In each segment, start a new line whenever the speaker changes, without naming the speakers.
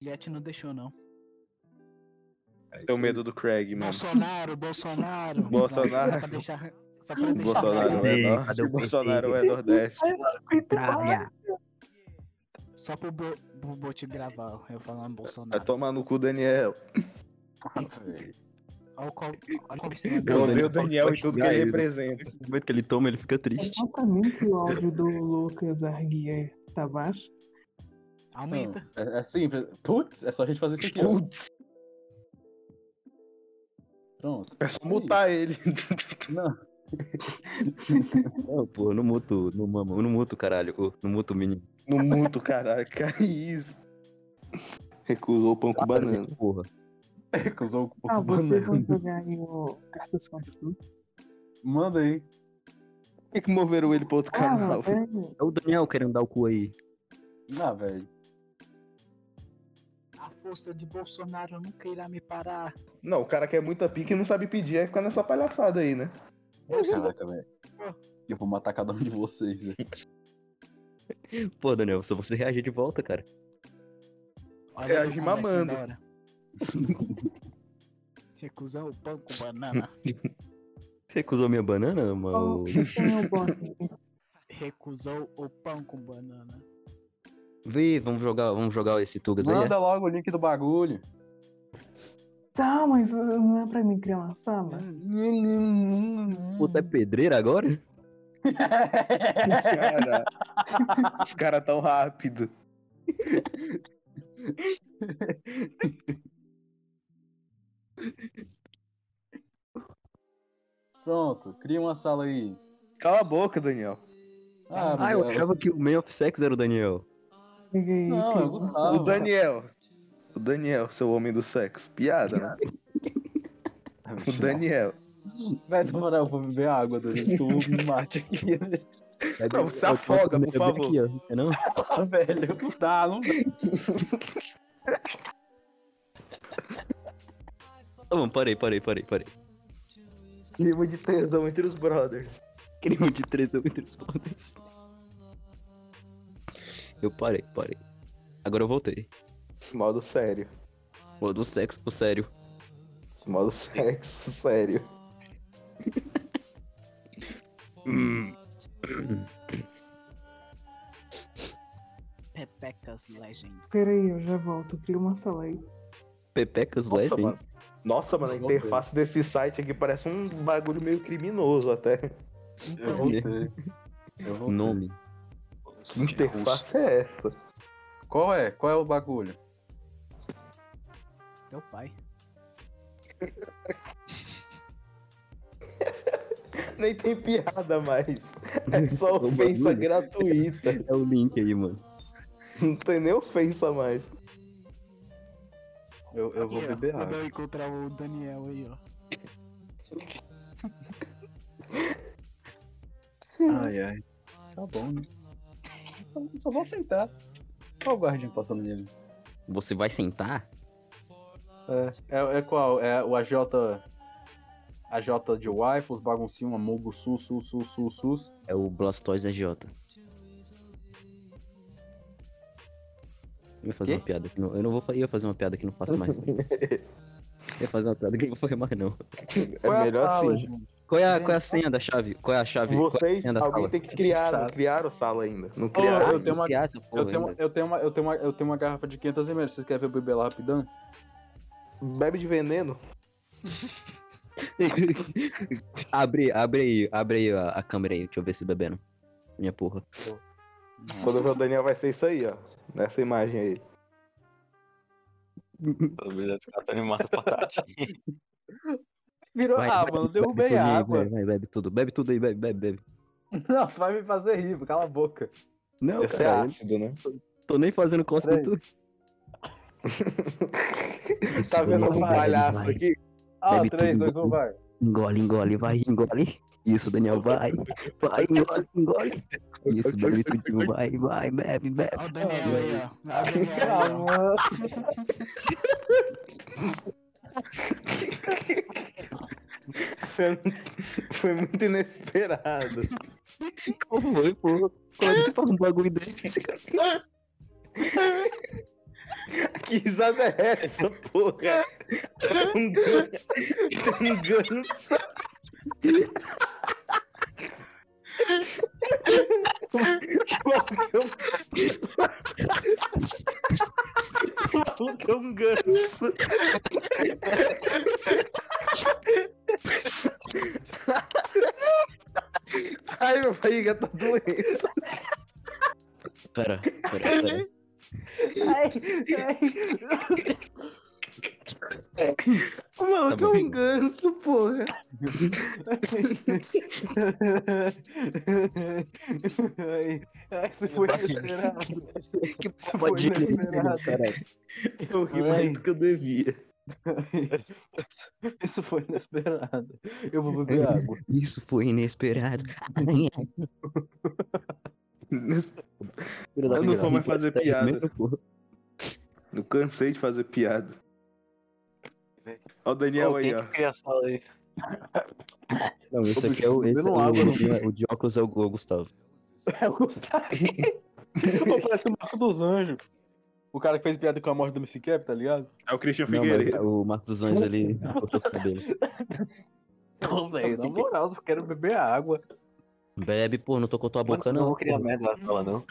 Juliette não deixou, não.
É
Tenho
isso
medo do Craig, mano.
Bolsonaro, Bolsonaro.
Bolsonaro.
Só pra deixar. Só pra deixar.
Bolsonaro é
Cadê?
norte,
Cadê o PT?
Bolsonaro é nordeste.
Travia.
Só pro, Bo, pro Bot gravar, eu falando
Vai
Bolsonaro.
tomar no cu, Daniel.
Olha o col- olha o
Eu
Meu
comissário.
odeio o
Deus,
Daniel e tudo que ele
Gaído.
representa.
No momento que ele toma, ele fica
É
triste.
exatamente o áudio do Lucas Arguia Tabás.
Aumenta.
É, é simples. Putz, é só a gente fazer isso aqui. ó.
Putz,
Pronto.
é só mutar ele.
Não.
Não, pô, eu não muto, não mamo, eu não muto, caralho. Eu não muto o menino.
No muto, caralho. Que isso? Recusou o pão com banana.
Porra.
Recusou o
Ah, vocês vão
banana.
jogar aí o Cartas contra tudo.
Manda aí.
Por que, que moveram ele pro outro
Ah,
canal?
é,
É o Daniel querendo dar o cu aí.
Ah, velho.
A força de Bolsonaro nunca irá me parar.
Não, o cara quer muita pica e não sabe pedir, aí fica nessa palhaçada aí, né?
Caraca, velho. Eu vou matar cada um de vocês, velho.
Pô, Daniel, só você reagir de volta, cara.
Olha
É,
a
a Gima
conversa
manda.
embora. Recusar o pão com banana.
Você recusou minha banana, mano?
qual- esse é o bônus.
Recusou o pão com banana.
Vê, vamos jogar, vamos jogar esse Tugas aí. é-
Manda logo o link do bagulho.
Tá, mas uh, não é pra mim criar uma sala?
um.
é? Puta, é pedreira agora?
Cara, os caras tão rápido.
Pronto, cria uma sala aí.
Cala a boca, Daniel.
Ah,
Ah, eu
Miguel.
achava que o Man of Sex era o Daniel.
Liga aí.
Não,
que
eu gostava.
o Daniel. O Daniel, seu homem do sexo. Piada, né? O Daniel.
Vai demorar, eu vou beber água, Daniel. que eu vou me mate aqui.
Não, se afoga, por favor.
Aqui, ó. É não?
Ah, velho, não dá, não dá.
Tá bom, parei, parei, parei, parei.
Clima de tesão entre os brothers.
Crime de três entre os poderes. Eu parei, parei. Agora eu voltei.
Modo sério.
Pô, do sexo, pô, sério.
Modo sexo, sério.
Hum.
Pepecas Legends.
Pera aí, eu já volto. Cria uma sala aí.
Pepecas
Nossa,
Legends.
Nossa, mano, a
Meu Deus.
interface desse site aqui parece um bagulho meio criminoso até.
Eu voltei. Eu voltei.
Nome.
Que interface é essa?
Qual é? Qual é o bagulho?
Teu pai.
Nem tem piada mais. É só
O
ofensa
um bagulho.
gratuita.
É o link aí, mano.
Não tem nem ofensa mais.
Eu, eu vou
Aí, ó,
beber
Quando
água.
eu encontrar o Daniel aí, ó.
Ai, ai. Tá bom, né? Só, só vou sentar. Olha o guardinho passando nele.
Você vai sentar?
É, é, é qual? É o AJ. AJ de Wifles, baguncinho, amugo, sus, sus, sus, sus, sus.
É o Blastoise da Jota. Eu ia fazer
Quê?
uma piada. que não- Eu não vou fa- eu ia fazer uma piada que não faço mais. eu ia fazer uma piada que não foi mais, não.
É melhor assim.
Qual é, a, qual é a senha da chave? Qual é a chave? qual é a
Vocês,
senha da
alguém
sala?
tem que criar. Não
Sala.
criaram o sala ainda. Não
Ah,
Eu
criaram.
tem
tenho uma-
que criar essa porra
Eu tenho, uma,
ainda.
eu, tenho uma, eu, tenho uma, eu tenho uma garrafa de 500ml, vocês querem ver beber lá rapidão?
Bebe de veneno.
abre, abre aí, abre aí a, a câmera aí, deixa eu ver se bebendo. Minha porra. Ah.
Quando eu ver o Daniel vai ser isso aí, ó. Nessa imagem aí.
Pelo menos esse cara tá me mata patatinha.
Virou
Vai,
ah,
vai,
mano,
bebe
derrubei
tudo
a
aí,
água.
Vai, vai, bebe tudo, bebe tudo aí, bebe, bebe, bebe.
Não, vai me fazer rir, cala a boca.
Não,
Esse é
cara, eu
ácido, né?
não tô nem fazendo costa em
Peraí.
tu.
Tá vendo
Vai,
um
vai,
palhaço
né? vai.
aqui?
Ah,
Bebe
3,
tudo.
2, 1, vai.
Engole, engole, vai, engole. Isso, Daniel, vai. Vai, engole, engole. Isso, bebe tudinho, vai, vai, bebe, bebe.
Olha o Daniel aí, ó. Olha o Daniel aí, ó.
Calma.
Foi muito inesperado.
Como foi, pô? Quando tu faz um bagulho desse, esse cara.
Que risada é essa, porra? Tangan- Tangança. Qual que é o- Qual que é um ganso? Ai, meu barriga tá doendo.
Pera, pera, pera.
Mano,
Tá
é um
bem.
ganso, porra.
Ai, isso foi
Vai.
inesperado.
Que
Isso foi
pode ir,
inesperado.
caralho.
Eu ri mais do que eu devia.
Isso foi inesperado. Eu vou beber água.
Isso foi inesperado. Ai, ai, filho da
Eu não
puta.
vou mais fazer
Tá
piada.
mesmo, porra.
Eu cansei de fazer piada. Olha o Daniel
Ô,
aí,
quem
ó.
que cria essa lei?
Não, esse
Ô,
aqui é o.
bicho,
Esse,
bebendo
o,
água,
o, o de óculos é o o Gustavo.
É o Gustavo. Pô, Parece o Marco dos Anjos. O cara que fez piada com a morte do MC Cap, tá ligado?
É o Christian
Não, mas
Figueiredo.
o Marcos dos Anjos ele cortou os cabelos.
Não, velho,
Na
tem que-
moral, eu quero beber água.
Bebe, pô, não tô com tua boca,
Não
não.
vou criar merda na sala, não.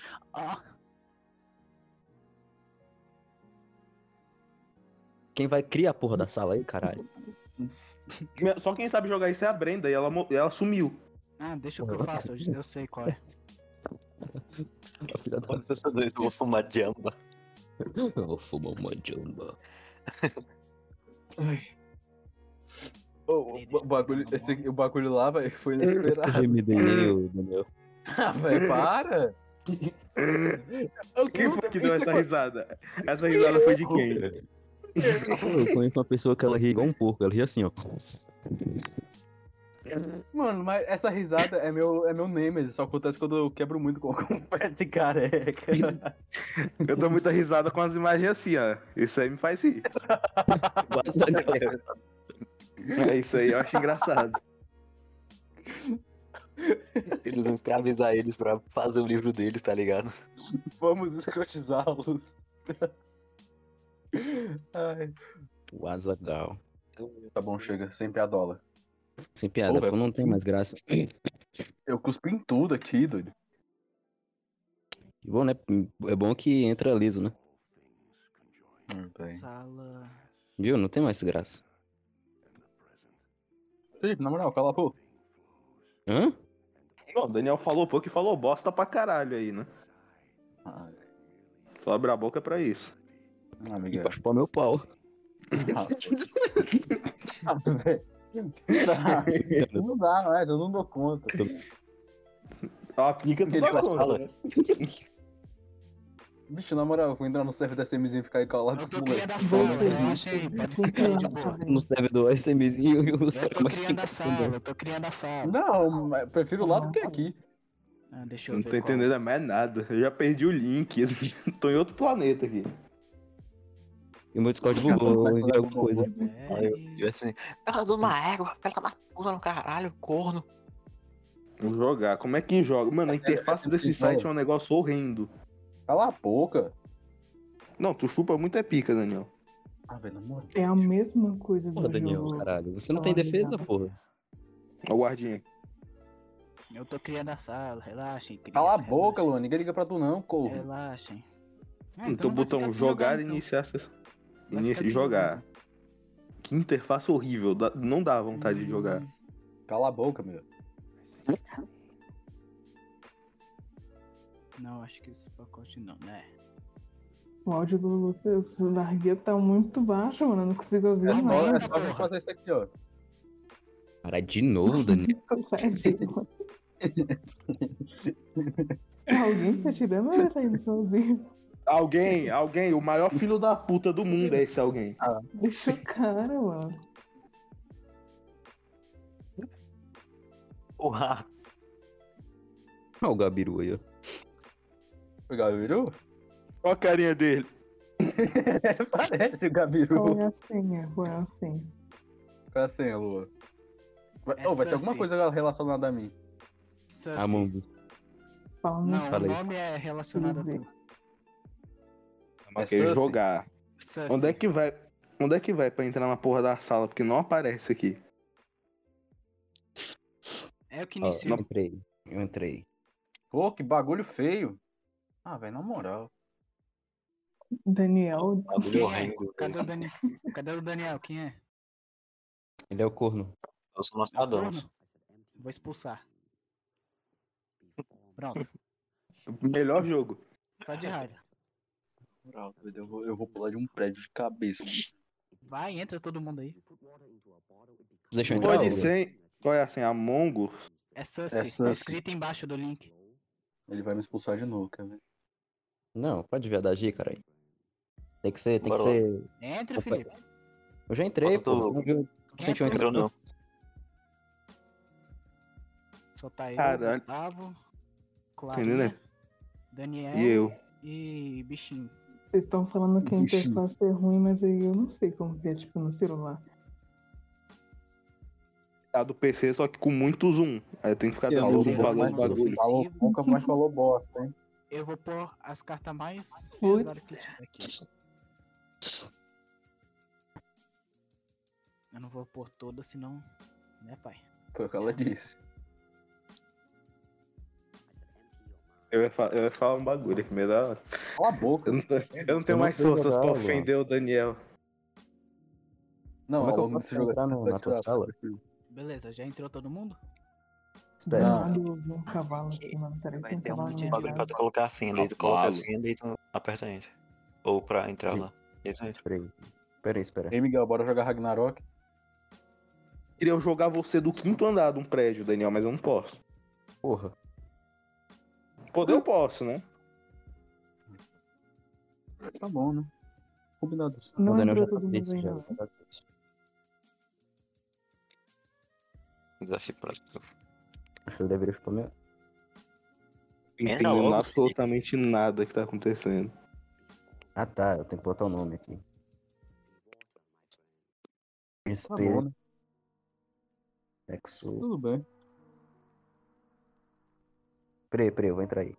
Quem vai criar a porra da sala aí, caralho?
Só quem sabe jogar isso é a Brenda e ela, mo- ela sumiu.
Ah, deixa que eu faço, eu, eu sei qual é.
A filha da.
Pode ser essa doença, eu vou fumar jamba.
Eu vou fumar uma jamba.
Ô, o, ba- bagulho, esse- o bagulho lá, velho, foi
É
inesperado.
gemido aí, nem o Daniel.
Ah, velho, para! Eu
Quem
não
foi que
tenho isso é
deu essa
aqui.
risada? Essa risada foi de quem?
Eu conheço uma pessoa que ela ri igual um porco, ela ri assim, ó.
Mano, mas essa risada é meu, é meu Nemesis, só acontece quando eu quebro muito com, com esse careca.
Eu dou muita risada com as imagens assim, ó. Isso aí me faz rir. É isso aí, eu acho engraçado.
Eles vão escravizar eles pra fazer o livro deles, tá ligado?
Vamos escrotizá-los. Ai.
O Azagal.
Tá bom, chega, sem piadola.
Sem piada,
Pô,
é
velho.
tu não tem mais graça. Que
Eu cuspi em tudo aqui, doido.
bom, né? É bom que entra liso, né?
Sala.
Viu? Não tem mais graça.
Felipe, na moral, cala a boca.
Hã?
Bom, o Daniel falou pouco e falou bosta pra caralho aí, né?
Ai,
Só abre a boca pra isso.
E
amiga.
pra chupar meu pau.
Ah, velho. Tá. Não dá, não é? Eu não dou conta.
Ó, a pica
Ele
dá
faz
conta,
fala.
né?
Bicho, na moral, eu vou entrar no server da SMzinho e ficar aí
Eu
colado com
sou
o moleque.
cria da sala,
Voltei.
relaxa aí, pode
Voltei
ficar aí de
na
boa.
sala.
No servidor SMzinho e os
Eu
caras
tô
mais
criando a sala,
ficam
eu tô criando a sala.
Não, mas prefiro lá do que aqui.
Ah, deixa eu
Não
ver
tô
qual.
entendendo mais nada. Eu já perdi o link. Eu tô em outro planeta aqui.
E o meu Discord bugou,
Mas
eu vi alguma
bugou.
coisa.
Aí eu
É,
tivesse assim, ela dando uma égua, ela da puta no caralho, corno.
Vou jogar. Como é que joga? Mano, a interface
é
desse
muito
site
bom.
é um negócio horrendo.
Cala a boca.
Não, tu chupa muito é pica, Daniel.
Ah, velho, na moral.
É a mesma coisa do
Porra, Daniel,
jogo.
caralho. Você não tem
Olha.
defesa, porra.
Ó, o guardinha.
é. eu tô criando a sala, relaxem. criança,
Cala é a É,
relaxem.
boca, Luan. Ninguém liga pra tu, não, corvo.
Relaxem. Ah,
então
não vai
botão
ficar sem
jogar e
então.
iniciar sessão.
Vai
Inici-
ficar sem
jogar. Que interface horrível. dá- Não dá vontade de
Hum.
jogar.
Cala a boca, meu.
Não, acho que esse pacote não, né?
O áudio do Lucas da Arguia tá muito baixo, mano. Eu não consigo
É
ouvir
Não,
só,
não,
é
mais.
só a gente
porra.
fazer isso aqui, ó.
Cara, de novo, Daniel.
Consegue. Alguém tá tirando ou tá indo sozinho?
Alguém, alguém, o maior filho da puta do mundo é esse alguém.
Deixa o cara, mano.
O rato.
Olha o Gabiru aí, ó.
O Gabiru?
Olha a carinha dele.
É, Parece o
Qual
Gabiru.
é a senha? Qual é a senha?
Qual é a senha, Luan? Vai,
É
Ô, vai ser
Sansi.
alguma coisa relacionada a mim.
Ah,
Sussy.
A Mundo.
Fala
Não,
não.
o
Falei.
nome é relacionado a tu.
Mas
É
quer
Suzy?
jogar.
Sussy.
Onde é que vai? Onde é que vai pra entrar na porra da sala? Porque não aparece aqui.
É o que
Ó,
inicia.
eu entrei. Eu entrei.
Pô, que bagulho feio. Ah, velho, na moral.
Daniel,
Bagulho horrendo.
Ah,
Cadê o Daniel? Cadê o Daniel? Quem é?
Ele é o corno.
Eu sou Nostradamus.
Corno? Vou expulsar. Pronto.
Melhor jogo.
Só de raiva.
Na moral, doido, Eu vou, eu vou pular de um prédio de cabeça.
Vai, entra todo mundo aí.
Deixa eu entrar.
Pode
Olga?
ser. hein? Qual é assim? Among Us?
É Sussy.
É Sussy.
Escrito embaixo do link.
Ele vai me expulsar de novo, quer ver?
Não, pode viadagir, caralho. Tem que ser, tem
Bora
que
lá.
ser.
Entra,
Opa.
Felipe.
Eu já entrei,
Bota todo
pô. Não viu?
Quem
Sentiu
entrou?
Entrou não.
Só tá eu,
Caralho.
Gustavo,
Entendeu, né?
Clarinha, Daniel
E eu?
e Bichinho.
vocês estão falando que a
Ixi.
interface é ruim, mas aí eu não sei como que é, tipo, no celular.
A Tá do PC, só que com muito zoom. Aí eu tenho que ficar
Eu
dando
não
zoom
vou
pra luz
mais
do
nos
bagulho.
ofensivos.
Falou, nunca mais falou bosta, hein?
Eu vou pôr as cartas mais
Putz.
pesadas que tiver aqui. Eu não vou pôr todas, senão. Né, pai?
Foi o que ela disse.
Eu ia, fa- eu ia falar um bagulho aqui, meio da hora.
Cala a boca.
Eu não, tô- eu não tenho
não
mais
sei
forças
jogar,
pra
mano.
ofender o Daniel.
Não,
Como é que eu
ao longo
faço
desse
pra
jogo
entrar
aqui,
no-
vai
na tua
tirar-
sala?
Beleza, já entrou todo mundo?
É.
Do
Não.
nada eu vi um cavalo aqui, mano. Será que
Vai
tem um
ter um
cavalo na
monte
minha
de
Bagulho pra
casa?
tu colocar a senha, daí tu
Cavalo.
coloca a senha, daí tu aperta enter. Ou pra entrar lá. Daí tu entra.
Peraí. Peraí, espera.
Ei, Miguel, bora jogar Ragnarok?
Queria eu jogar você do quinto andar de um prédio, Daniel, mas eu não posso.
Porra.
Poder eu posso, né?
Tá bom, né? Combinado.
O
Não
Daniel
entrou
já tá
todo mundo
triste,
ainda,
já.
não.
Desafio pra tu.
Acho que ele deveria ficar mesmo.
Não
Entra
entendendo
logo,
absolutamente nada que tá acontecendo.
Ah tá, eu tenho que botar o nome aqui.
Tá bom,
Respeito,
né?
sexo.
Tudo bem.
Peraí, peraí, eu vou entrar aí.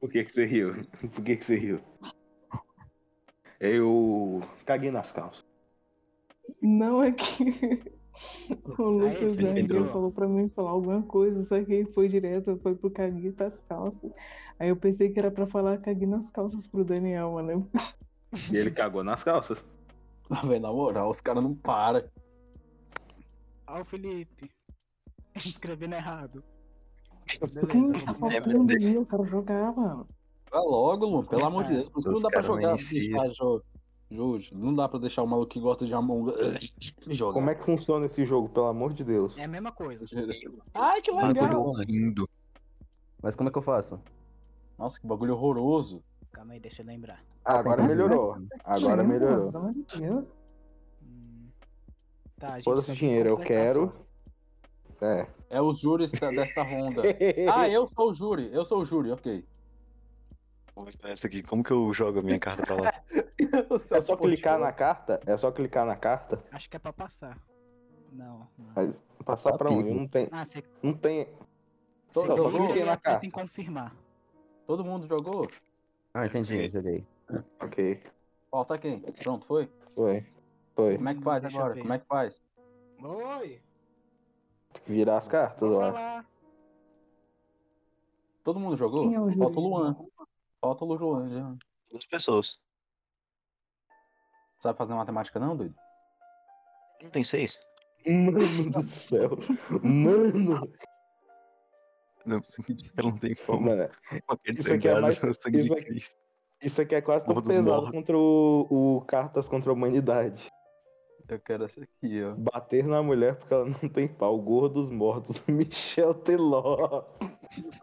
Por que, que você riu? Por que, que você riu? Eu caguei nas calças.
Não é que o Lucas
Felipe,
André
entrou.
falou pra mim falar alguma coisa, só que ele foi direto, foi pro caguei das calças. Aí eu pensei que era pra falar caguei nas calças pro Daniel, mano.
E ele cagou nas calças.
Ah, velho, na moral, os caras não param.
Ó, o Felipe. Escrevendo errado. Beleza, É,
Quem
vou
tá
começar.
faltando aí? Eu quero jogar, mano.
Vai logo, Lu, pelo amor de Deus. Por isso que
Os
não dá pra
caras não
jogar assim,
iniciam.
tá, jogo. Justo, não dá pra deixar o maluco que gosta de Among Us jogar.
Como é que funciona esse jogo, pelo amor de Deus?
É a mesma coisa.
Ai, que
Bagulho
legal!
horrendo. Mas como é que eu faço?
Nossa, que bagulho horroroso.
Calma aí, deixa eu lembrar.
Agora
tem-
melhorou. Agora
Lembra,
melhorou.
pelo amor de Deus.
Hum. Tá, a gente
Foda-se
só tem
dinheiro, eu
completação.
quero. É.
É os júris da- desta ronda. Ah, eu sou o júri, eu sou o júri, ok.
Vou entrar nessa aqui. Como que eu jogo a minha carta pra lá?
É só
tipo,
clicar na carta? É só clicar na carta?
Acho que é pra passar. Não. não.
Mas- Passar pra onde? Não tem.
Ah, você
Não tem.
Você
Só, só
clica
cliquei
e
na
aperta
carta.
em confirmar.
Todo mundo jogou?
Ah, entendi, joguei.
Ok.
Falta quem? tá Pronto, foi?
Foi. Foi.
Como é que faz
Deixa eu
agora?
ver.
Como é que faz?
Oi!
Virar as cartas,
Vou
eu acho.
falar.
Todo mundo jogou?
Quem é o
um
júri?
Falta o Luan. Falta o Luan. já.
Duas pessoas.
Sabe fazer matemática não, doido?
Não tem seis?
Mano do céu. Mano.
Não, eu não tem como.
Mano,
Aquele
Isso aqui é
sangrado,
mais-
o sangue de
isso aqui-
Cristo.
isso aqui é quase tão
Todos
pesado
morrem.
contra o, o Cartas contra a Humanidade.
Eu quero essa aqui, ó.
Bater na mulher porque ela não tem pau. Gordos mortos. Michel Teló.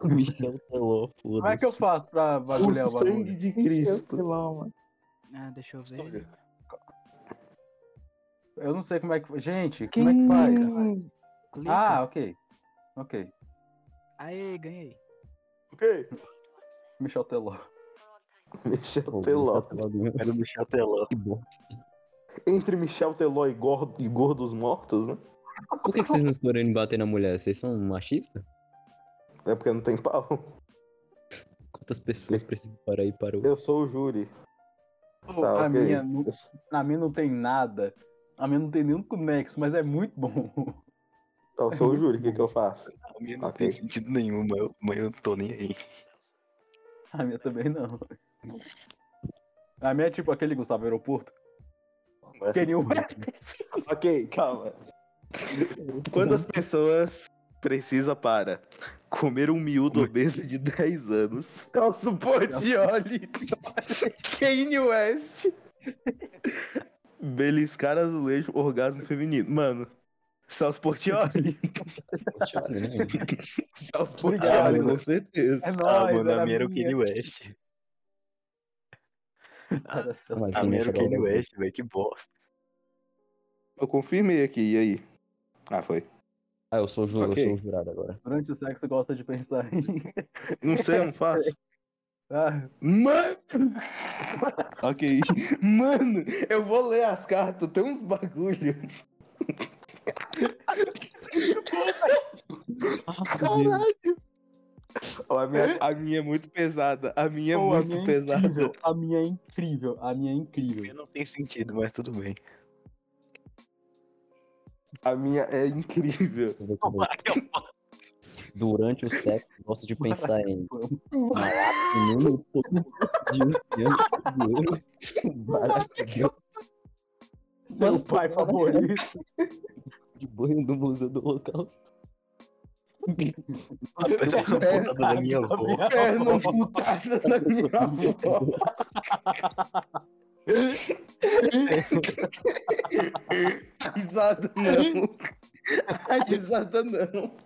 Michel Teló,
Como é que eu
foda-se.
faço pra
O
bagulhar o
sangue
bagulho?
de
Encheu é o
Cristo.
pilão, mano.
Ah, deixa eu ver.
Olha. Eu não sei como é que. Gente,
Quem...
como é que faz?
faz?
Clica.
Ah, ok. Ok.
Aê, ganhei.
Ok.
Michel Teló.
Michel
Pô,
Teló.
Michel Teló ganhou.
Era o Michel Teló.
Que bosta.
Entre Michel Teló e, gor- e gordos mortos, né?
Por que, que vocês não escolheram de bater na mulher? Vocês são machistas?
É porque não tem pau.
Quantas pessoas precisam para ir para o.
Eu sou o júri.
Pô,
Tá,
pra,
ok.
mim, é nu-
Eu sou-
pra mim não tem nada. Pra mim não tem nenhum conexo, mas é muito bom.
tá, eu sou o júri, o que, que eu faço?
A minha não
Ok.
tem sentido nenhum, mas eu, mas eu não tô nem aí.
A minha também não. A minha é tipo aquele Gustavo Aeroporto. Kanye West.
Ok, calma. Quantas pessoas precisa para comer um miúdo obeso de 10 anos? Celso Portioli, Kanye West, beliscar azulejo, orgasmo feminino. Mano, Celso Portioli,
Olha, né?
Celso Portioli,
mano.
com certeza.
É
Ah,
nóis,
mano,
era
a minha era o Kanye West.
Cara, essa-
Mas
A
quem
minha era o
acabou
Kanye
logo?
West, velho, que bosta.
Eu confirmei aqui, e aí? Ah, foi.
Ah, eu sou o jurado,
Ok.
eu sou o jurado agora.
Durante o sexo gosta de pensar em.
Não sei, eu não faço.
Ah,
Mano! ok. Mano, eu vou ler as cartas, tem uns bagulho. Caralho! Ó, a, minha, a minha é muito pesada. A minha é
pô, a
muito
minha é
pesada.
incrível, A minha é incrível. A minha é incrível.
Não tem sentido, mas tudo bem.
A minha é incrível.
Deixa eu ver como- Durante o sexo, eu gosto de pensar em malato, menino, de um ano, barato, de ouro,
Seu
Mas-
pai
é-
favorito.
de banho do Museu do Holocausto.
Perna amputada da minha avó.
Perna amputada da minha avó. Risada não. Risada não.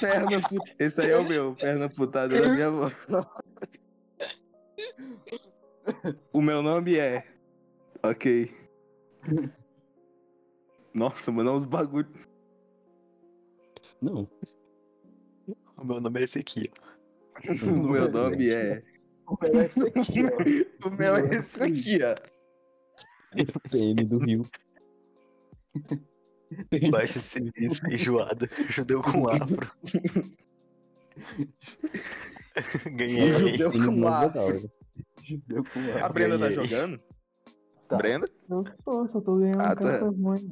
Perna putada. Esse aí é o meu. Perna putada da minha avó. O meu nome é. Ok. Nossa, mano, olha os bagulho.
Não,
O meu nome é esse aqui. ó.
O meu nome é. O meu é esse aqui, ó.
PM do Rio.
Baixa esse serviço enjoado. Judeu com afro. Ganhei.
O judeu
Tênis
com
mais
afro.
legal, né?
Judeu é? com
A
ar.
Brenda tá
Ganhei.
jogando?
Tá.
Brenda?
Eu tô, só tô ganhando
Ah, tá.
cartas ruins.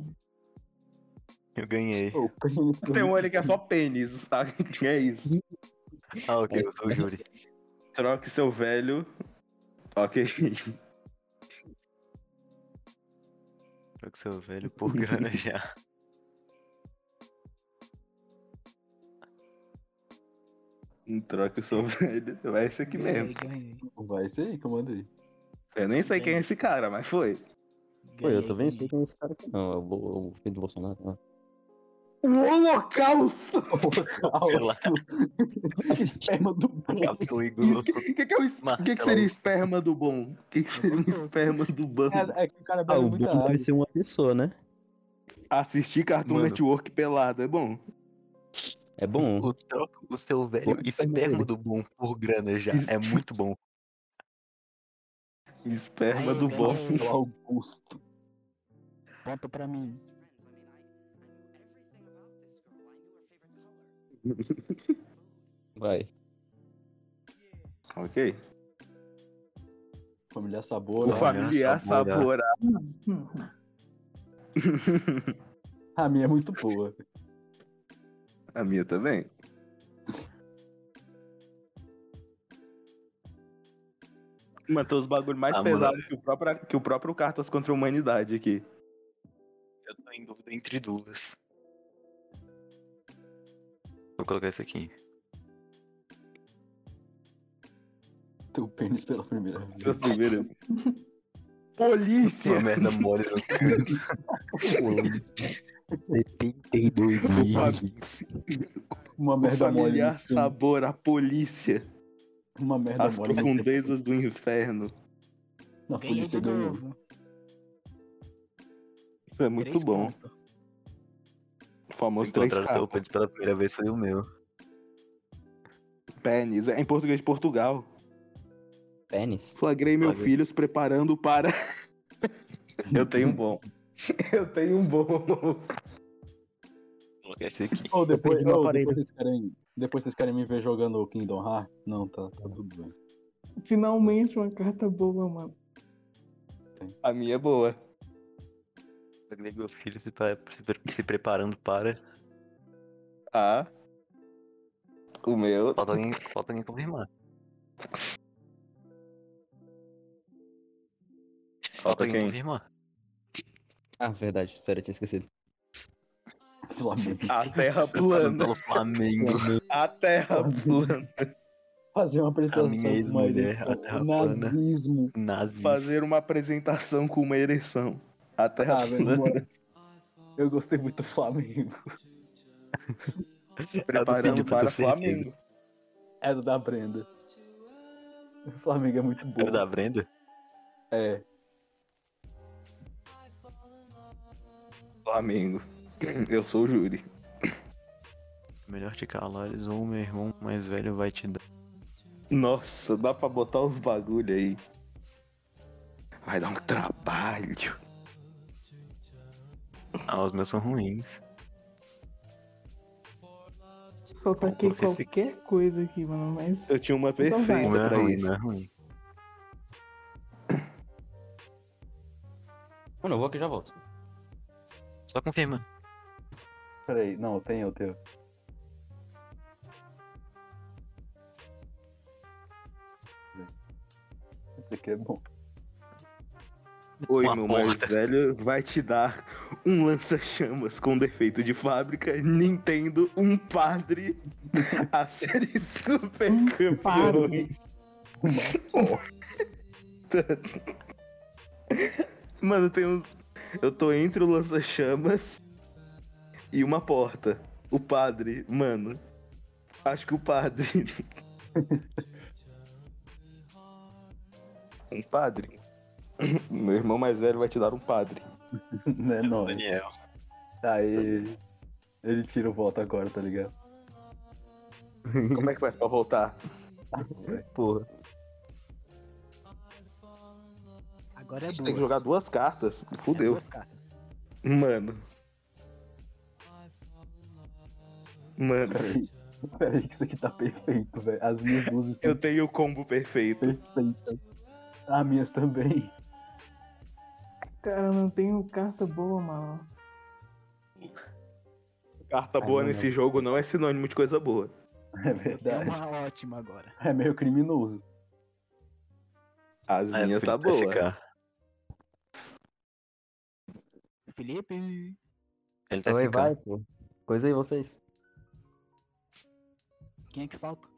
Eu ganhei.
Pô, pênis
Tem um
bonito.
olho que é só pênis, tá? É isso.
Ah, ok, eu sou o júri.
Troque seu velho. Ok.
Troca o seu velho por grana já.
Troque o seu velho. É esse aqui mesmo.
Ganhei,
Vai ser aí que eu mandei.
Eu nem sei quem é esse cara, mas foi.
Pô, eu também sei que é esse cara aqui não, é o, Bo- o filho do Bolsonaro. né? Não.
O holocausto!
Ela
Esperma é, do bom.
capta o
O
Igor.
que, que, que, é o es-
Marcelo.
que que seria esperma do bom? O que, que seria um esperma do bom?
É, é que o cara
Ah,
bebe
o
muita
Bom
água.
deve ser uma pessoa, né?
Assistir Cartoon
Mano.
Network pelado, é bom.
É bom.
O troco o seu velho
Pode ser
esperma
mesmo.
do bom por grana já. É muito bom.
Esperma
Ai,
do
não.
bom.
É o Augusto.
Ponto pra mim.
Vai.
Ok.
Familiar
O
Sabor.
Olha,
familiar é
sabor,
saborado.
Hum.
A minha é muito boa.
A minha também. Mano, tem os bagulhos mais
Ah, mano.
pesados que o, próprio, que o próprio Cartas contra a Humanidade aqui.
Eu tô em dúvida entre duas. Vou colocar esse aqui.
Teu pênis pela primeira vez.
Seu primeiro. Polícia!
é Uma merda mole. não. 72 mil.
Uma
O
merda mole.
familiar
no filme.
sabor, a polícia.
Uma merda
As
mole. no-
profundezas do inferno.
Na
Ganhei
polícia
de
ganhou.
novo.
Isso é muito
Três
bom.
pontos.
O famoso três
Encontrar teu
capas.
pênis pela primeira vez foi o meu.
Pênis. É em português de Portugal.
Pênis?
Flagrei meu
Flagrei.
filho se preparando para. Eu tenho um bom. Eu tenho um bom.
Esse aqui.
Ou depois,
perdi meu
ou
aparelho.
depois, vocês querem, depois vocês querem me ver jogando o Kingdom Hearts? Não, tá, tá tudo bem.
Finalmente uma carta boa, mano.
A minha é boa.
Meu filho se, pa- se pre- se preparando para.
Ah. O meu.
Falta alguém, falta alguém confirmar. Falta alguém
quem?
confirmar.
Ah, verdade, sério, eu tinha esquecido.
Sei lá, gente.
A terra
Falando
plana.
pelo Flamengo.
A terra plana.
Fazer uma apresentação
A minha
com uma
ex-mulher,
eleição,
a terra plana.
nazismo.
Nazis.
Fazer uma apresentação com uma ereção. A terra
Ah, velho,
plana.
bora. Eu gostei muito do Flamengo.
A do
Preparando
Felipe, eu
para
tenho certeza.
Flamengo.
Era É da Brenda. O Flamengo é muito bom.
Era da Brenda?
É.
Flamengo. Eu sou o júri.
Melhor te calares ou meu irmão mais velho vai te dar.
Nossa, dá pra botar os bagulho aí. Vai dar um trabalho.
Ah, os meus são ruins.
Só taquei
Coloca esse aqui.
qualquer coisa aqui, mano. Mas
Eu tinha uma
Então vai.
perfeita
O meu é
Tá pra
ruim, o
isso.
meu é ruim.
Mano, eu vou aqui e já volto.
Só confirma.
Peraí, não, tem eu, tenho. Esse aqui é bom.
Oi,
Uma
meu mais
porta.
velho, vai te dar um lança-chamas com defeito de fábrica, Nintendo, um padre, a série Super
Um
Campeões. Mano, tem uns. Eu tô entre o lança-chamas e uma porta. O padre, mano. Acho que o padre. um padre? Meu irmão mais velho vai te dar um padre.
Né, não. tá
Daniel.
Aí. Ele tira o voto agora, tá ligado?
Como é que faz pra voltar? Porra.
Agora é
A
duas.
gente tem que jogar duas cartas.
É
Fudeu.
duas cartas.
Mano. Mano,
Peraí. Peraí, que isso aqui tá perfeito, velho. As minhas duas estão
eu tenho o combo perfeito.
perfeitas. As minhas também.
cara, não tenho carta boa, mano.
Carta boa nesse jogo não é sinônimo de coisa boa.
É
É
verdade.
uma ótima agora.
É meio criminoso.
Ah,
As
é,
minhas tá boa.
Felipe.
Ele tá
vai,
ficando.
vai, pô. Coisa aí, vocês.
Quem é que falta?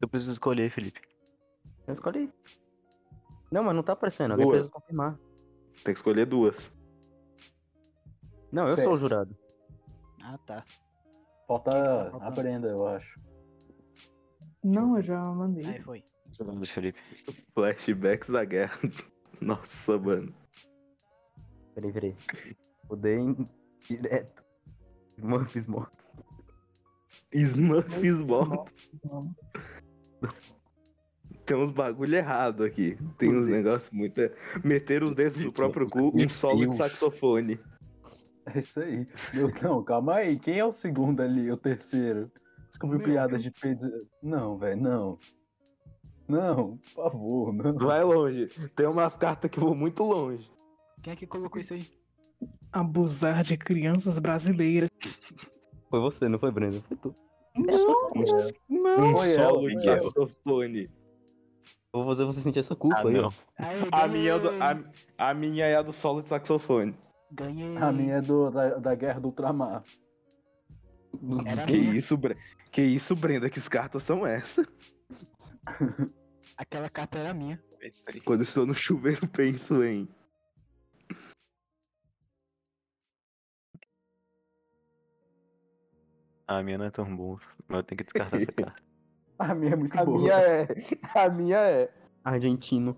Eu preciso escolher, Felipe.
Eu escolhi. Não, mas não tá aparecendo. Alguém
Boa.
precisa confirmar.
Tem que escolher duas.
Não, eu
Pera.
sou o jurado.
Ah, tá.
tá
Falta
faltando?
a Brenda, eu acho.
Não, eu já mandei.
Aí foi.
Jogando Felipe.
Flashbacks da guerra. Nossa, mano.
Peraí, peraí. Mudei em- direto. Smurfs mortos.
Smurfs mortos.
Não.
Tem uns bagulho errado aqui. Tem uns negócios muito. Meter os dedos no próprio cu, um
Meu
solo de
Deus.
saxofone.
É isso aí. Meu, não, calma aí. Quem é o segundo ali? O terceiro? Descobriu
Meu
piada de peido. Não, velho, não. Não, por favor, não.
Vai longe. Tem umas cartas que vão muito longe.
Quem é que colocou isso aí?
Abusar de crianças brasileiras.
Foi você, não foi, Brenda? Foi tu. É,
Nossa, não.
Um
Foi ela,
solo de
foi ela.
saxofone.
Eu vou fazer você sentir essa culpa
Ah,
aí,
não.
ó.
Aê,
A
ganhei.
minha, é do- a, a minha é a do solo de saxofone.
Ganhei.
Hum.
A minha é do, da, da Guerra do Ultramar.
Era
é que
minha.
isso, Brenda? Que isso, Brenda? Que cartas são essas?
Aquela carta era minha.
Quando eu estou no chuveiro, penso em.
Ah, a minha não é tão boa. Mas eu tenho que descartar essa carta.
A minha é muito
A
boa.
minha é. A minha é.
Argentino.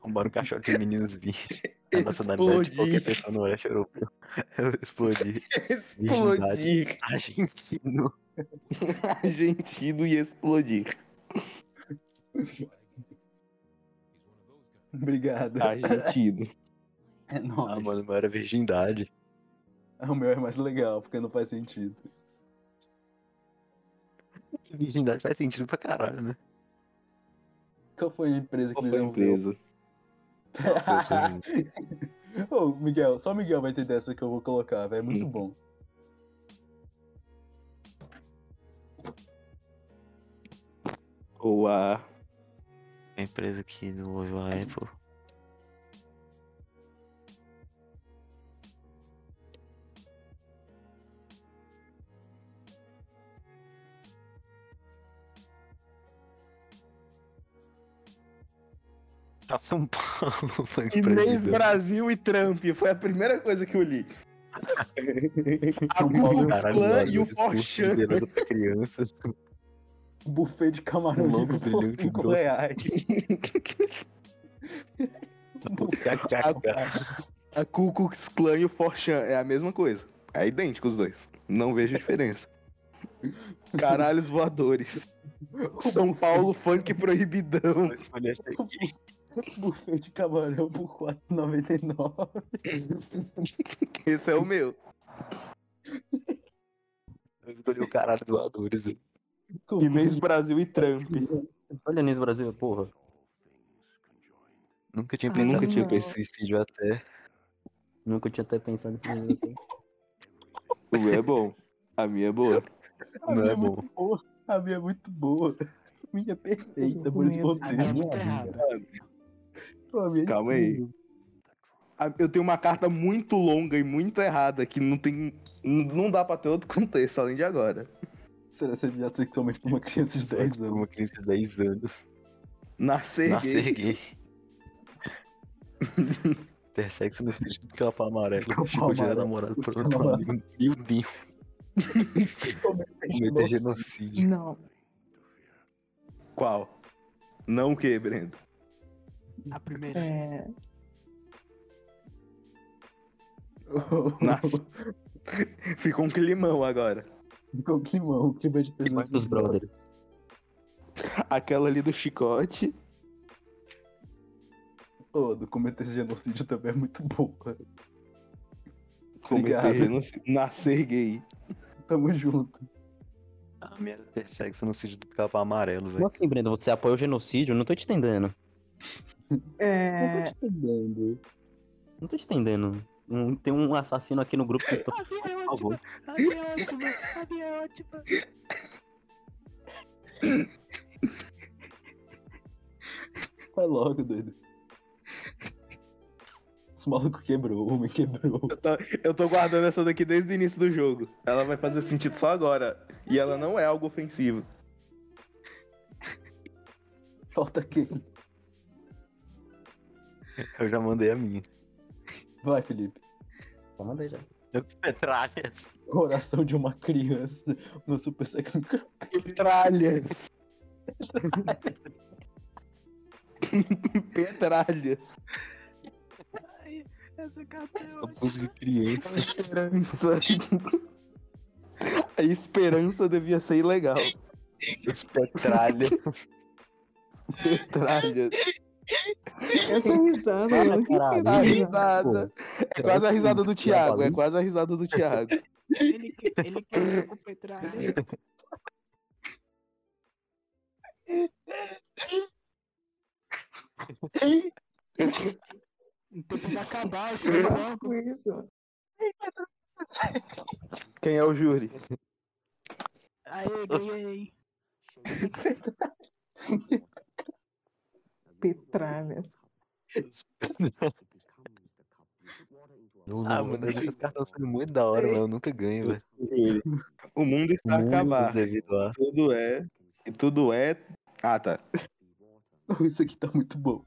Roubaram o cachorro um de meninos vi. A nacionalidade de
Explodir.
qualquer pessoa no leste europeu. Eu explodi. Virgindade. Ah,
Explodir.
Argentino.
Argentino e explodir.
Obrigado.
Argentino.
É nóis.
Ah, mano, mas era virgindade.
O meu é mais legal, porque não faz sentido.
Virgindade faz sentido pra caralho, né?
Qual foi a empresa que um
Qual foi a
desenvolveu?
empresa?
Eu sou virgem.
Ô, Miguel, só o Miguel vai ter dessa que eu vou colocar, velho. É
Hum.
muito bom.
Ou a.
a empresa que desenvolveu a Apple. Tá São Paulo foi
Inês
empreendedor.
Brasil e Trump. Foi a primeira coisa que eu li. A Google
Caralho,
Clan
mano,
e o
discurso
Forchan.
liderado pra crianças.
Buffet de camarão
Um lobo
livre
é
por
brilhante
5
grosso.
reais.
Kkk.
A Ku Klux Klan e o Forchan é a mesma coisa. É idêntico os dois. Não vejo diferença. Caralhos voadores. São Paulo funk proibidão.
Olha essa aqui.
Buffet de camarão por 4,99.
Esse é o meu.
Eu escolhi o caralho do Adores.
Inês Brasil e Trump.
Olha nisso, Brasil, porra.
Nunca tinha
Ah,
pensado
nunca
que tinha
não.
esse suicídio até.
Nunca tinha até pensado nesse jogo.
O meu é bom. A minha é boa.
A
Não
minha
é
é muito
bom.
boa. A minha é muito boa. A minha é perfeita, por isso que eu
A minha é
odeio.
muito errada.
A minha é
Calma aí. A- Eu tenho uma carta muito longa e muito errada que não tem. n- Não dá pra ter outro contexto além de agora.
Será que você já sexualmente pra uma criança de 10 anos?
Uma criança de 10 anos.
Nascer,
Nascer
gay.
gay. Ter sexo no sentido do capa amarelo.
Capa
Chico já era
amarelo.
namorado por
Chico
outro
namorado.
amigo. Meu Deus, cometer genocídio.
Não.
Qual? Não o que, Brendo?
A primeira.
É...
Nasce. Ficou um climão agora.
Ficou climão, clima de tesão.
Mas dos brothers.
Aquela ali do chicote.
Ô, do cometer esse genocídio também é muito bom. cara.
Cometer tá
Obrigado.
genocídio. Nascer gay.
Tamo junto.
A minha era ter sexo no sentido do capa amarelo, velho.
Como assim, Brenda? Você apoia o genocídio? Não tô te entendendo.
É...
Eu tô te dando.
Não tô te entendendo. Hum, Tem um assassino aqui no grupo que vocês estão. Por favor.
Vai logo, doido. Esse maluco quebrou, o homem quebrou.
Eu tô, eu tô guardando essa daqui desde o início do jogo. Ela vai fazer sentido só agora. E ela não é algo ofensivo.
Falta quem?
Eu já mandei a minha.
Vai, Felipe.
Manda já.
Petralhas.
Coração de uma criança no Super Second Crush.
Petralhas. Petralhas.
Abuso de criança.
Esperança. A esperança devia ser ilegal.
Petralha.
Petralhas.
Essa risada, mano. Que
caralho.
A
risada.
risada. É quase a risada do Thiago. É quase a risada do Thiago.
Ele, que- ele quebrou o Petralha. Tem que acabar os caras logo.
Com isso.
Quem é o júri?
Aê, ganhei.
Petralhas.
Ah, mano, as cartas são muito da hora, mas eu nunca ganho, velho.
O mundo está a acabar.
Devido a.
Tudo é. e Tudo é. Ah, tá.
Isso aqui tá muito bom.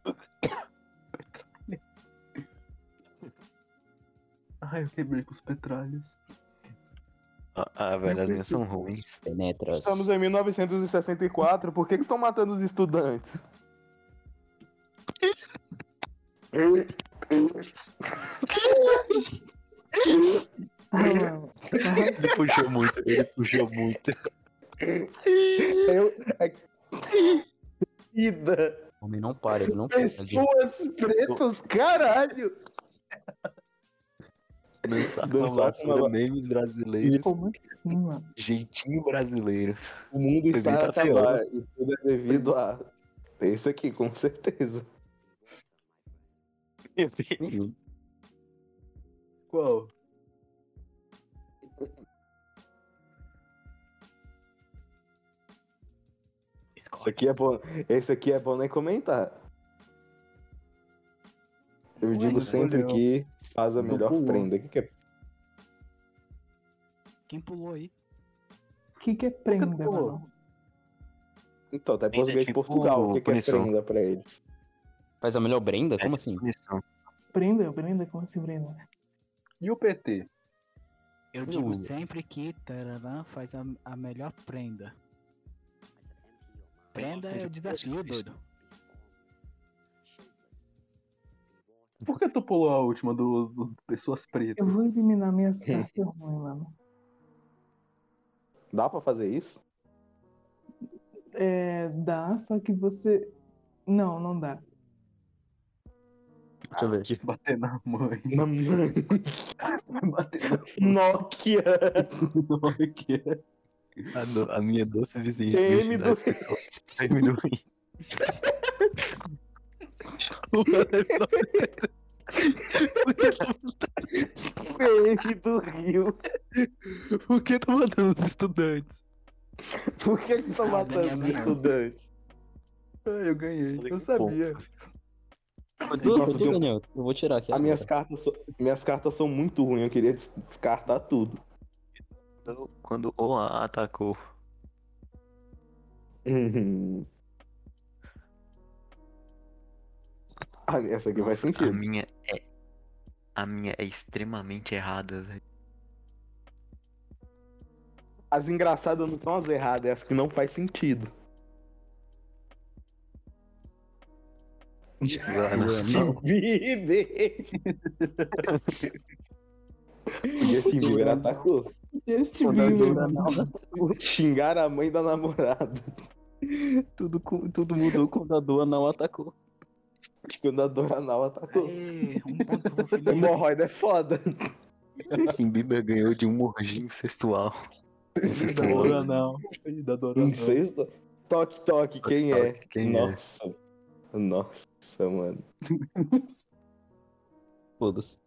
Ai, eu quebrei com os petralhas.
Ah, Ah, velho, as minhas são ruins.
Penetras.
Estamos em 1964. Por que, que estão matando os estudantes?
Ah, mano. tá
Ele puxou muito, ele puxou muito.
Ida.
O homem não para, ele não para.
Pessoas pretas, caralho!
Dançar com uma memes brasileiros.
Como assim, mano?
Jeitinho brasileiro.
O mundo está a
Apresentação.
acabar. E tá tudo é devido a. Esse aqui, com certeza.
Qual?
Isso aqui é bom. Esse aqui é bom nem comentar. Eu digo sempre
Napoleão.
que faz a melhor
pulou.
prenda. O que, que é
Quem pulou aí?
O que, que é prenda,
Pô,
mano?
Então, tá em
Prenda é
português de
tipo
Portugal. O que, que é
punição.
prenda pra ele?
Faz a melhor Brenda? Como assim?
Punição.
Prenda? Prenda? Como assim, prenda?
E o PT?
Eu digo sempre que Tararã faz a, a melhor prenda. Prenda é o desafio, doido.
Por que tu pulou a última do, do Pessoas Pretas?
Eu vou eliminar minhas cartas ruins, mano.
Dá pra fazer isso?
É, dá, só que você. Não, não dá.
Deixa eu ver. Tipo,
Bater na mãe.
Na mãe.
Vai bater na
Nokia.
mãe que é.
A, do- a minha doce vizinha.
PM do-
PM do Rio.
PM do Rio.
por que tá mandando os estudantes?
Por que eles estão
Ah,
matando os
Daniel.
estudantes?
Ah, eu ganhei.
Falei
Eu
com
sabia.
Eu tô, eu
fazer
tô,
um-
Daniel. Eu vou tirar aqui.
As
agora.
minhas cartas, são- minhas cartas são muito ruins. Eu queria des- descartar tudo.
Quando- Então, Quando o A atacou.
Uhum. Ah, essa aqui faz
Nossa, A
sentido.
minha é. A minha é extremamente errada, velho.
As engraçadas não estão as erradas, é as que não faz sentido.
né?
Não.
Bieber! o Justin Bieber atacou.
Justin
Não,
Bieber,
não,
mano.
não.
Xingaram a mãe da namorada.
Tudo, com- tudo mudou quando a Dua não atacou.
Quando a Doranal atacou.
Aê, um ponto pro Felipe.
Hemorroida é foda.
Justin Bieber ganhou de um morginho incestual.
Da Dora não. Ih, Da Dora
Uhum.
não.
Incesto. Toque, toque, quem é?
Toque, quem é?
Nossa. Nossa, mano.
Foda-se.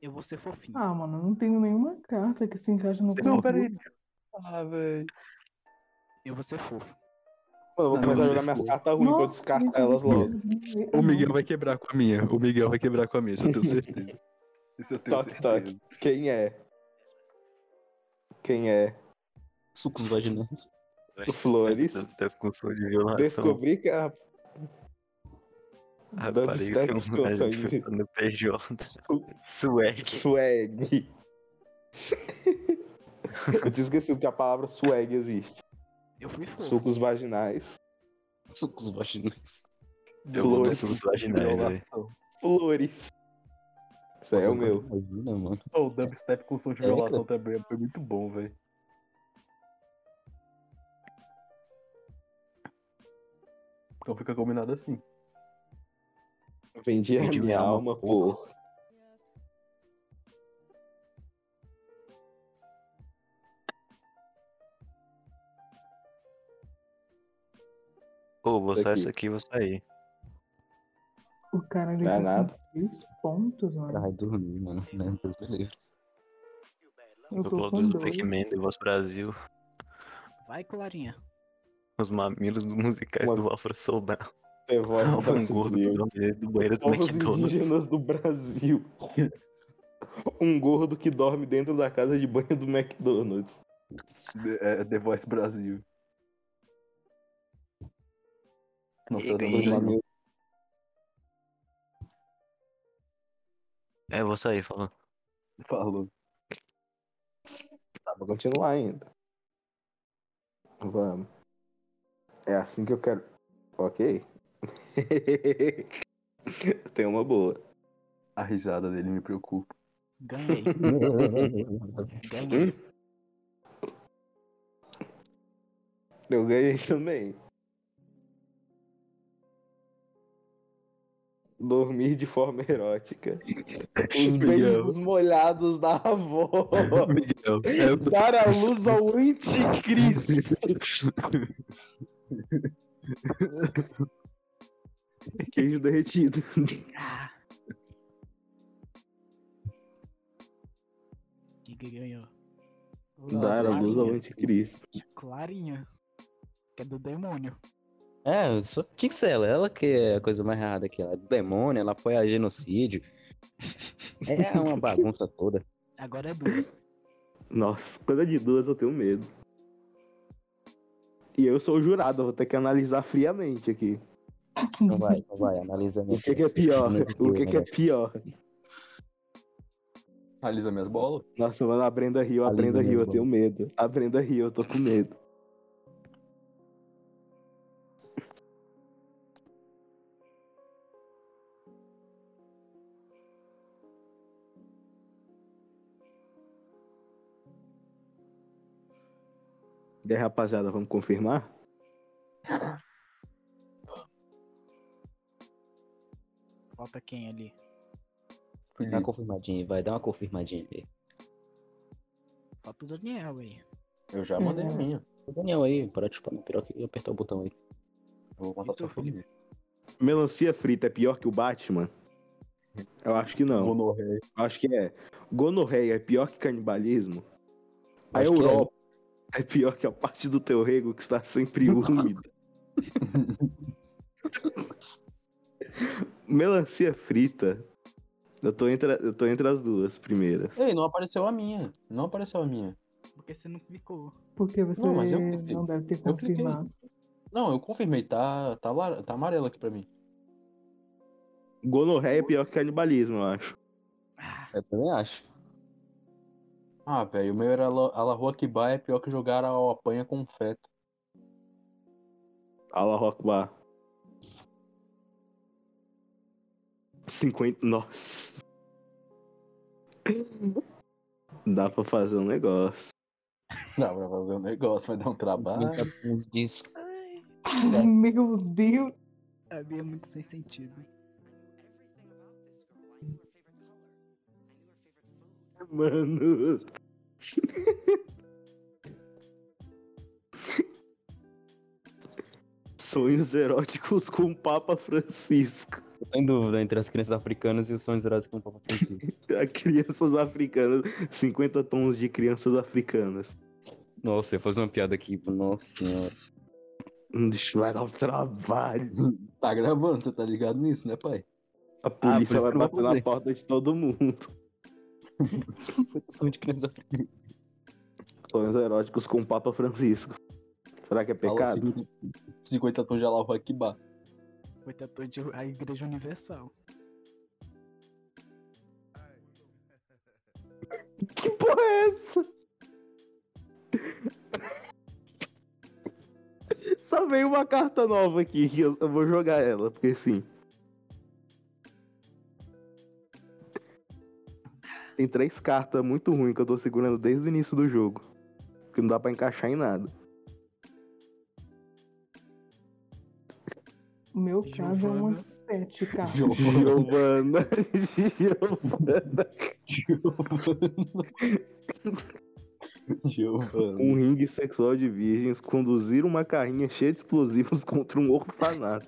Eu vou ser fofinho.
Ah, mano, eu não tenho nenhuma carta que se encaixa no
Não,
conjunto.
peraí. Ah, velho.
Eu vou ser fofo.
Mano, eu vou
Não,
começar a
você
jogar minhas cartas ruins pra eu
Nossa,
descartar
gente,
elas logo.
Ah,
O Miguel vai quebrar com a minha. O Miguel vai quebrar com a minha, isso eu tenho certeza. Isso eu tenho
Toque,
certeza.
Quem é? Quem é?
Sucos vaginais.
Flores.
Tá com som de violação.
Descobri que a. Dando step
Rapariga tem um
com som de-
velho no PJ. Swag.
Swag. eu tinha esquecido que a palavra swag existe.
Eu fui fofo.
Sucos vaginais.
Sucos vaginais.
Eu vou nos né?
Flores.
seus vaginais, velho.
Violação.
Flores. Isso aí é o
Vocês não
meu.
imaginam, mano.
Pô, o dubstep com som de
É,
violação também foi muito bom, velho. Então fica combinado assim.
Vendi a
Vendi
minha alma por.
Ô, vou
Isso
sair
aqui.
isso aqui e vou sair.
O cara ele
Não é
tá com
nada.
seis pontos, mano.
Ai, dormi, mano. Né? Deus me livre.
Eu
Tô
tô
pelo
com
do
dois.
Pac-Man, do Voz Brasil.
Vai, Clarinha.
Os mamilos do- musicais
Mano.
do Afro Soldado.
Ter voz
O
do
gordo
Brasil.
do- do banheiro do
Povos
McDonald's.
indígenas do Brasil. Um gordo que dorme dentro da casa de banho do McDonald's.
The- É, The Voice Brasil. Nossa,
E
eu
ganhei.
não
Flamengo.
É, vou sair falando.
falou.
Tá, vou continuar ainda. Vamos. É assim que eu quero. Ok. Tem uma boa.
A risada dele me preocupa.
Ganhei. Ganhei.
Eu ganhei também. Dormir de forma erótica. Os
Miguel.
beijos molhados da avó.
Miguel,
é
eu tô-
Dar a luz ao anticristo. Queijo derretido.
Ah. Quem que ganhou?
Dar a luz ao anticristo.
Clarinha. Que é do demônio.
É, eu só tinha que ser ela. Ela que é a coisa mais errada aqui. Ela é demônio, ela apoia genocídio. É uma bagunça toda.
Agora é duas.
Nossa, coisa de duas eu tenho medo. E eu sou o jurado, eu vou ter que analisar friamente aqui.
Não Então vai, não vai, analisa
O que, que é pior? O que, que é pior?
Analisa minhas bolas.
Nossa, mano, a Brenda riu, a
Analisa
Brenda riu, eu
mesmo.
tenho medo. A Brenda riu, eu tô com medo. E aí, rapaziada, vamos confirmar?
Falta quem ali?
tá
Dá uma confirmadinha, vai, dá uma confirmadinha aí.
Falta o Daniel aí.
Eu já mandei a
Uhum.
minha.
Ô, Daniel aí, para de chupar no piroca e apertar o botão aí.
Eu vou matar
E tu,
seu filho.
Melancia frita é pior que o Batman? Eu acho que
Então,
não.
Gonorreia.
Acho que é. Gonorreia é pior que canibalismo. A
Acho que é.
Europa é. pior que a parte do teu rego que está sempre úmida. Melancia frita. Eu tô, entre, eu tô entre as duas primeiras.
Ei, não apareceu a minha. Não apareceu a minha.
Porque você não clicou.
Porque você
Não,
não,
mas eu cliquei.
deve ter
Eu cliquei.
confirmado.
Não, eu confirmei. Tá, tá, lar- tá amarelo aqui pra mim.
Gonorreia é pior que canibalismo, eu acho.
Eu também acho.
Ah, velho, o meu era Ala- Alarrua Kibai é pior que jogar ao apanha com feto.
Ala Rockbar. 50. Nossa. Dá pra fazer um negócio.
Dá pra fazer um negócio, vai dar um trabalho.
Brinca tá com os discos.
Meu Deus.
A minha é muito sem sentido.
Mano. Sonhos eróticos com o Papa Francisco.
Eu tô em dúvida entre as crianças africanas e os sonhos eróticos com o Papa Francisco.
A crianças africanas. 50 tons de crianças africanas.
Nossa, eu ia fazer uma piada aqui. Nossa senhora.
Hum, Isso vai dar um trabalho.
Tá gravando, você tá ligado nisso, né, pai?
A
Ah, por
polícia
isso
vai
que eu vou
bater na
fazer.
porta de todo mundo.
Sonho de criança africana.
Sonhos eróticos com o Papa Francisco. Será que é
assim,
Fala
pecado?
50, 50 tons de Alarrua Kibai.
Foi tatuado de a Igreja Universal.
Que porra é essa? Só veio uma carta nova aqui que eu, eu vou jogar ela, porque sim. Tem três cartas muito ruins que eu tô segurando desde o início do jogo. Que não dá pra encaixar em nada.
O meu caso é
Giovana.
umas sete cartas.
Giovana. Giovana.
Giovana.
Um ringue sexual de virgens conduzir uma carrinha cheia de explosivos contra um orfanato.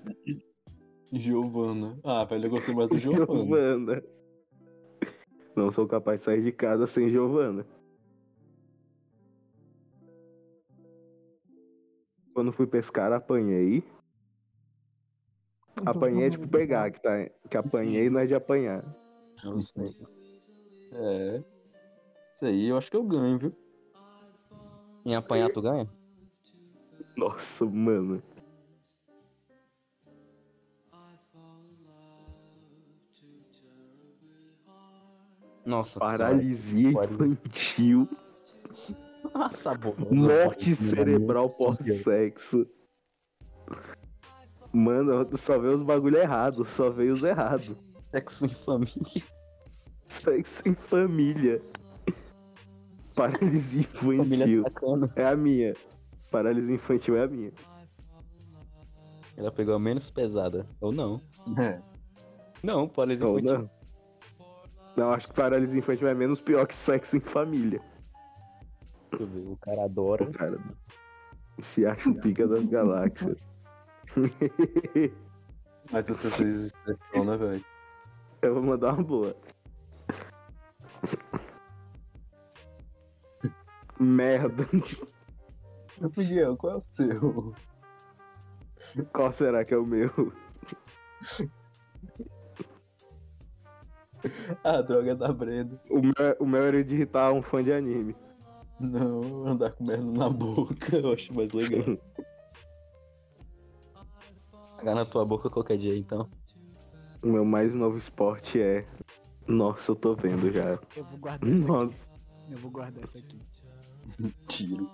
Giovana. Ah, velho, eu gostei mais do Giovana.
Giovana. Não sou capaz de sair de casa sem Giovana. Quando fui pescar, apanhei. Apanhei é tipo pegar, que, tá, que apanhei não é de apanhar.
Não sei.
É. Isso aí eu acho que eu ganho, viu?
Em apanhar, tu ganha?
Nossa, mano.
Nossa senhora.
Paralisia
Pode.
infantil.
Nossa, boa.
Morte cerebral por sexo. Mano, só veio os bagulho errado, só veio os errados.
Sexo em família.
Sexo em família. Paralisia
Família
infantil.
sacana.
É a minha. Paralisia infantil é a minha.
Ela pegou a menos pesada. Ou não.
É.
Não, paralisia
Não,
infantil.
não. Não, acho que paralisia infantil é menos pior que sexo em família.
Deixa eu ver, O cara adora.
O cara se acha o pica das galáxias.
Mas vocês vocês expressão, né, velho?
Eu vou mandar uma boa. Merda.
Miguel, qual é o seu?
Qual será que é o meu?
Ah, droga da Brenda.
O meu, é, o meu era de irritar um fã de anime.
Não, andar com merda na boca, eu acho mais legal.
Cagar na tua boca qualquer dia, então.
O meu mais novo esporte é. Nossa, eu tô vendo já.
Eu vou guardar essa
Nossa,
aqui. Eu vou guardar essa aqui.
Tiro.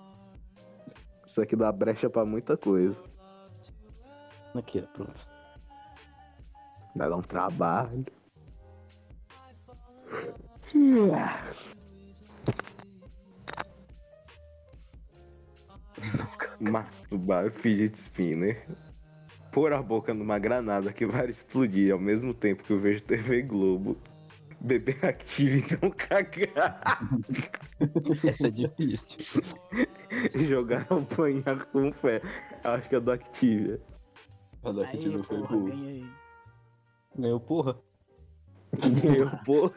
isso aqui dá brecha pra muita coisa.
Aqui, ó, pronto.
Vai dar um trabalho. Masturbar o fidget spinner. Pôr a boca numa granada que vai explodir ao mesmo tempo que eu vejo TV Globo. Beber Active e não cagar.
Essa é difícil.
Jogar ou banhar com fé. Acho que é do Active.
A da
Aí,
Kit não foi
porra,
boa.
ganhei.
Ganhou porra.
Eu, porra.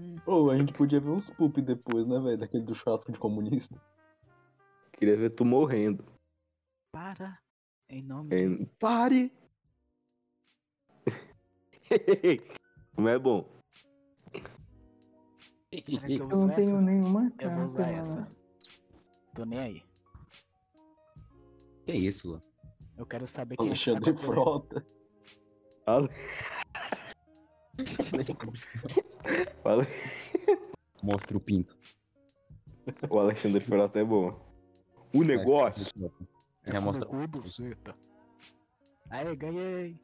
Hum,
Ô, a gente podia ver uns poop depois, né, velho? Daquele do churrasco de comunista.
Queria ver tu morrendo.
Para. Em nome de...
And... Pare! Como é bom.
Será que eu
Eu
uso
não tenho
essa?
nenhuma
Eu vou
carta,
usar
mano.
essa. Tô nem aí.
Que isso, Luan?
Eu quero saber quem é que tá
Alexandre
procurando.
Frota.
O, Ale...
Mostra o pinto.
o Alexandre Frota é bom. O
tá-
negócio.
tá Já mostra.
cu do Zeta. Aí, ganhei.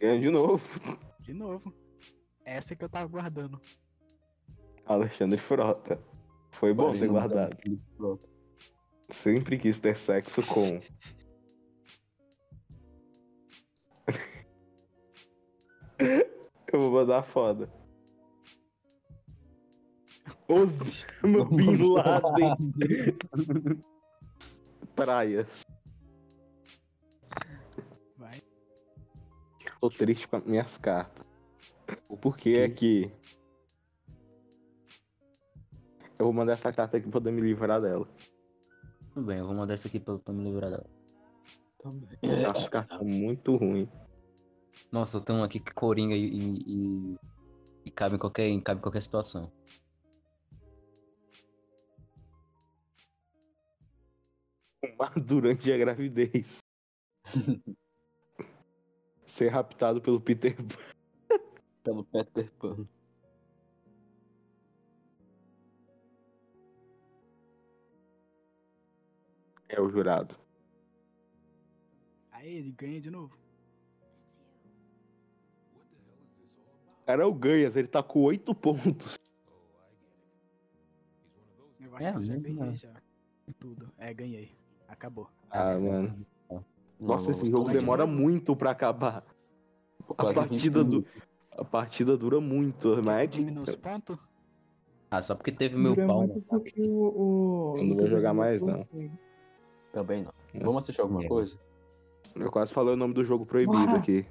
Ganha de novo.
De novo. Essa que eu tava guardando.
Alexandre Frota. Foi bom
Parei
ter
no
guardado.
né? Frota.
Sempre quis ter sexo com. Eu vou mandar foda. Osama Bin Laden. Praias.
Vai.
Tô triste com as minhas cartas. O porquê é que. Eu vou mandar essa carta aqui pra poder me livrar dela.
Tudo bem, eu vou mandar essa aqui pra, pra me livrar dela.
Também.
Eu acho carta Tá muito ruim.
Nossa, eu tenho uma aqui que coringa e. e, e- e cabe em qualquer, e cabe em qualquer situação.
Fumar durante a gravidez. Ser raptado pelo Peter Pan.
Pelo Peter Pan.
É o jurado.
Aí, ganhei de novo.
O cara é o Ganhas, ele tá com oito pontos.
Eu acho
É
que eu já
mesmo,
ganhei
mano?
já. Tudo. É, ganhei. Acabou.
Ah, mano. Nossa, esse jogo
falar de
demora
novo.
muito pra acabar. A
é Quase
partida,
20
du... a partida dura muito, mas é que-
Diminuiu os pontos?
Ah, só porque teve meu
Dura
pau.
muito
né?
porque o. o-
Eu não vou jogar mais, não.
Também não. Vamos assistir alguma
É.
coisa?
Eu quase falei o nome do jogo proibido
Bora.
aqui.